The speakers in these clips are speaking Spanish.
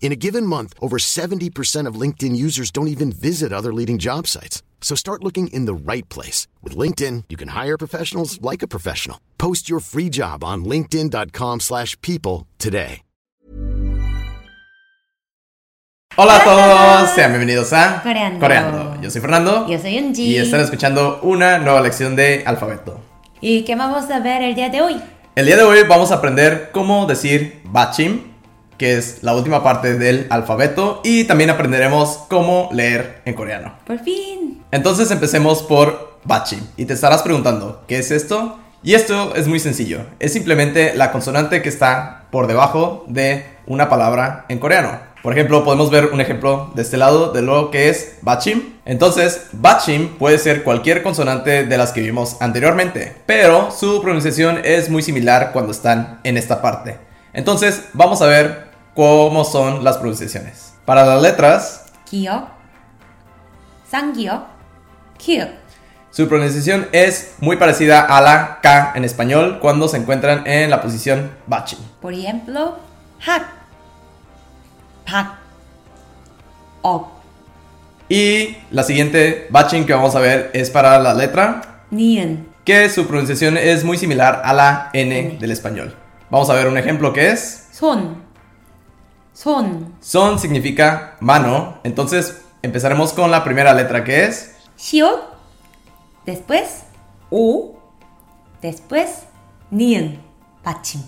In a given month, over 70% of LinkedIn users don't even visit other leading job sites. So start looking in the right place. With LinkedIn, you can hire professionals like a professional. Post your free job on linkedin.com/people slash people today. Hola a todos, sean bienvenidos a Coreando. Yo soy Fernando Yo soy Unji. y están escuchando una nueva lección de alfabeto. ¿Y qué vamos a ver el día de hoy? El día de hoy vamos a aprender cómo decir bachim, que es la última parte del alfabeto, y también aprenderemos cómo leer en coreano. Por fin. Entonces empecemos por Bachi. Y te estarás preguntando, ¿qué es esto? Y esto es muy sencillo. Es simplemente la consonante que está por debajo de una palabra en coreano. Por ejemplo, podemos ver un ejemplo de este lado de lo que es bachim. Entonces, bachim puede ser cualquier consonante de las que vimos anteriormente, pero su pronunciación es muy similar cuando están en esta parte. Entonces, vamos a ver cómo son las pronunciaciones. Para las letras, Kyo. Sangyo. Kyo. Su pronunciación es muy parecida a la K en español cuando se encuentran en la posición bachi. Por ejemplo, hak. Pak. Ok. Y la siguiente batching que vamos a ver es para la letra, Nien. que su pronunciación es muy similar a la N del español. Vamos a ver un ejemplo que es Son. Son. son significa mano, entonces empezaremos con la primera letra que es Shio. Después, o. Después, nien. Pachim.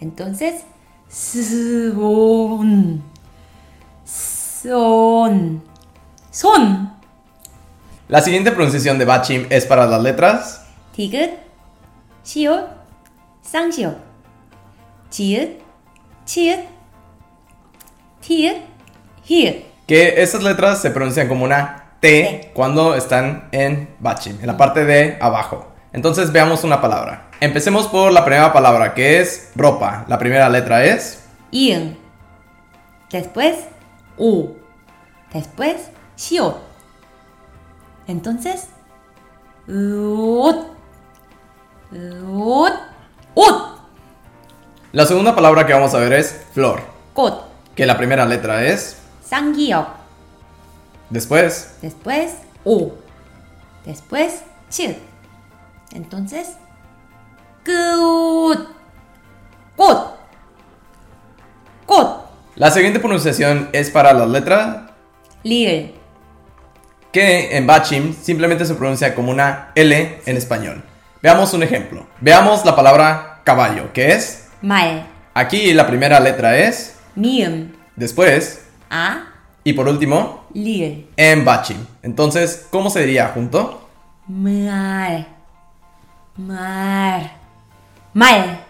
Entonces, son. Son. Son. la siguiente pronunciación de batching es para las letras, 디귿, 시옷, 쌍시옷, 지읒, 치읒, 티읒, 히읒. que estas letras se pronuncian como una T cuando están en batching, en la parte de abajo. Entonces veamos una palabra. Empecemos por la primera palabra que es ropa. La primera letra es 이응. Después, o. Después, 시옷. Entonces, 옷, 옷, 옷, La segunda palabra que vamos a ver es flor, 꽃, que la primera letra es 쌍기역. después. Después, o. Después, chit. Entonces, good. Good. Good. La siguiente pronunciación es para la letra Lil. que en Bachim simplemente se pronuncia como una L en español. Veamos un ejemplo. Veamos la palabra caballo, que es Mal. aquí la primera letra es Mium. después A. y por último Lil. en Bachim. Entonces, ¿cómo se diría junto? Mal. Mal. Mal.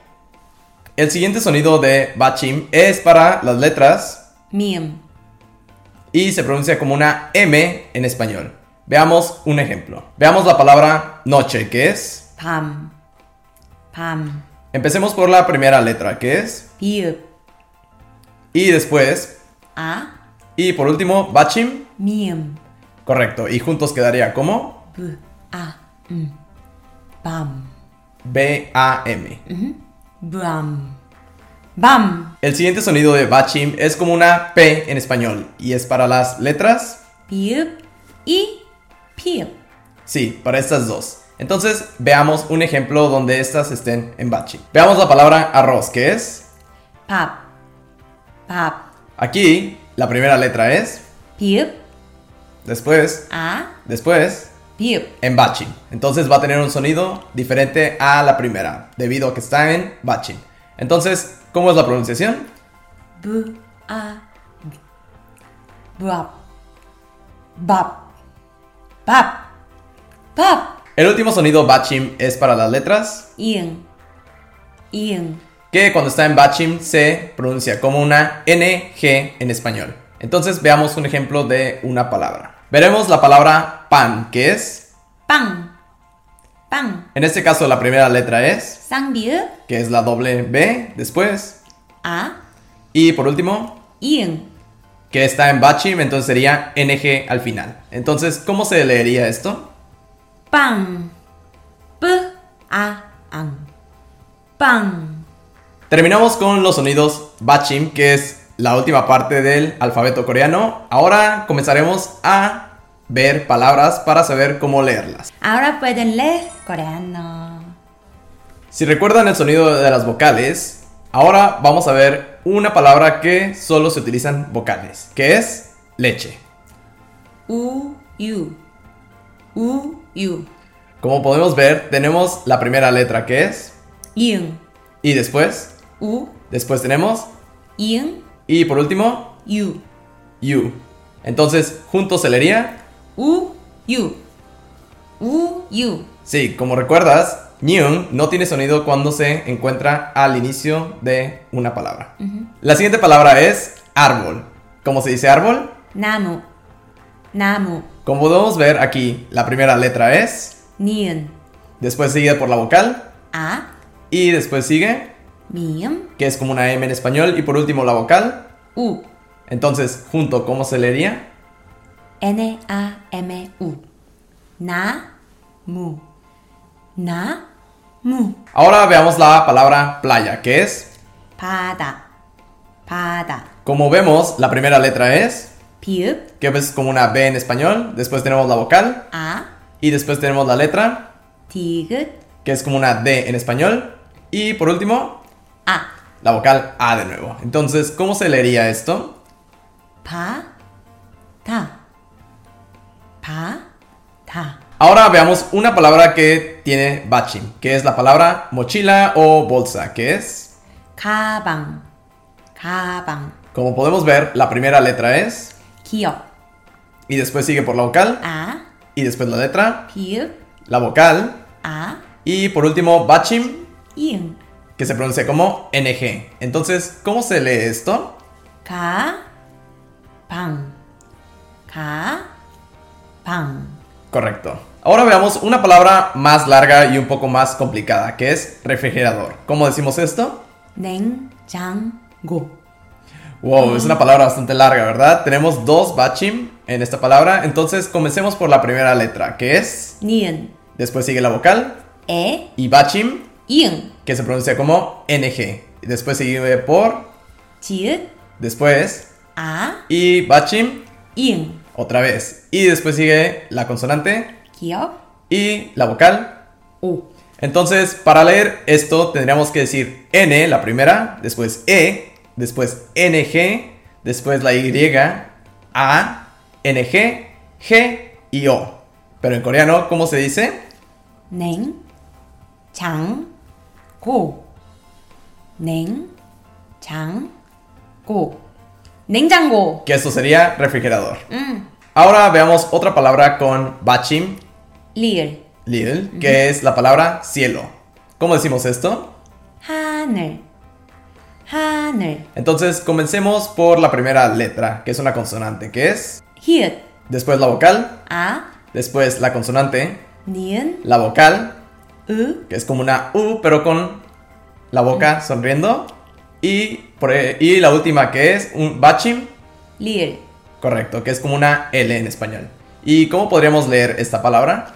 El siguiente sonido de Bachim es para las letras Mium. y se pronuncia como una M en español. Veamos un ejemplo. Veamos la palabra noche, que es. Pam. Pam. Empecemos por la primera letra, que es. Biup. Y después. A. Y por último, bachim. Mium. Correcto. Y juntos quedaría como Bu. A. Mm. Bam. B-A-M. Bam. Bam. El siguiente sonido de bachim es como una P en español. Y es para las letras. 비읍 y 피읍 Sí, para estas dos. Entonces, veamos un ejemplo donde estas estén en bachim. Veamos la palabra arroz, que es. 밥, 밥, Aquí, la primera letra es. 비읍, Después. 아, Después, 비읍, en batching. Entonces va a tener un sonido diferente a la primera, debido a que está en batching. Entonces, ¿cómo es la pronunciación? 부, 아, 부합, 밥, 밥, 밥, El último sonido batching es para las letras, 이응, 이응, que cuando está en Bachim se pronuncia como una NG en español. Entonces veamos un ejemplo de una palabra. Veremos la palabra pan, que es, 빵, 빵, en este caso la primera letra es, 쌍비읍, que es la doble B después. 아, Y por último, 이응, que está en Bachim, entonces sería NG al final. Entonces, ¿cómo se leería esto? 빵, 뿌, 아, 앙, 빵, Terminamos con los sonidos Bachim, que es la última parte del alfabeto coreano. Ahora comenzaremos a ver palabras para saber cómo leerlas. Ahora pueden leer coreano. Si recuerdan el sonido de las vocales, ahora vamos a ver una palabra que solo se utilizan vocales, que es leche. 우유, 우유, Como podemos ver, tenemos la primera letra que es 이응, y después, 우, después tenemos 이응, y por último 유, you. Entonces, juntos se leería 우유, 우유. Sí, como recuerdas, nyung no tiene sonido cuando se encuentra al inicio de una palabra. Ừ La siguiente palabra es árbol. ¿Cómo se dice árbol? 나무, 나무, Como podemos ver aquí, la primera letra es, 니은, después sigue por la vocal 아, y después sigue, 미음, que es como una M en español, y por último la vocal. 우, Entonces, junto, ¿cómo se leería? N A M E U, 나무, 나무. Ahora veamos la palabra playa, que es, 바다, 바다. como vemos, la primera letra es, 비읍, que es como una B en español, después tenemos la vocal 아, y después tenemos la letra. 디귿, que es como una D en español. Y por último, 아, la vocal A de nuevo. Entonces, ¿cómo se leería esto? 바, 다, 바, 다. Ahora veamos una palabra que tiene bachim, que es la palabra mochila o bolsa, que es, 가방, 가방. como podemos ver, la primera letra es, 기억, y después sigue por la vocal, 아, y después la letra, 비읍, la vocal, 아, y por último, bachim, 이응. que se pronuncia como NG. Entonces, ¿cómo se lee esto? 가, 방, 가, 방. Correcto. Ahora veamos una palabra más larga y un poco más complicada, que es refrigerador. ¿Cómo decimos esto? 냉장고, Wow, es una palabra bastante larga, ¿verdad? Tenemos dos bachim en esta palabra, entonces comencemos por la primera letra, que es, 니은, después sigue la vocal, 에, y bachim, 이응, que se pronuncia como NG. Y Después sigue por, 지읒, después, 아, y bachim, 이응. otra vez. Y después sigue la consonante 기억, y la vocal, 오, Entonces, para leer esto, tendríamos que decir N, la primera, después E, después NG, después la Y, A, NG, G y O. Pero en coreano, ¿cómo se dice? 냉장고, 냉장고, 냉장고. Que esto sería refrigerador. Ahora veamos otra palabra con bachim, 리을, lil, que es la palabra cielo. ¿Cómo decimos esto? 하늘, 하늘, Entonces, comencemos por la primera letra, que es una consonante, que es 히읗, después la vocal, 아, después la consonante, 니은, la vocal, 으, que es como una U, pero con la boca sonriendo. Y, por- e, y la última que es un bachim, 리을, correcto, que es como una L en español. ¿Y cómo podríamos leer esta palabra?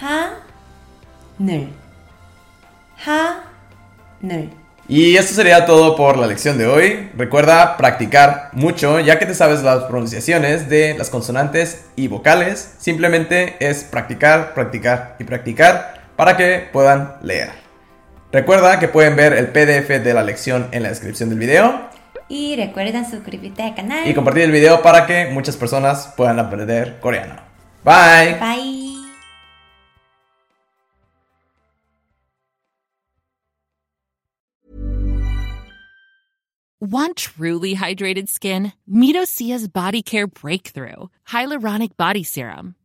하늘, 하늘. Y esto sería todo por la lección de hoy. Recuerda practicar mucho, ya que te sabes las pronunciaciones de las consonantes y vocales. Simplemente es practicar, practicar y practicar para que puedan leer. Recuerda que pueden ver el PDF de la lección en la descripción del video. Y recuerden suscribirte al canal. y compartir el video para que muchas personas puedan aprender coreano. Bye. Bye. Want truly hydrated skin? Medocia's body care breakthrough, hyaluronic body serum.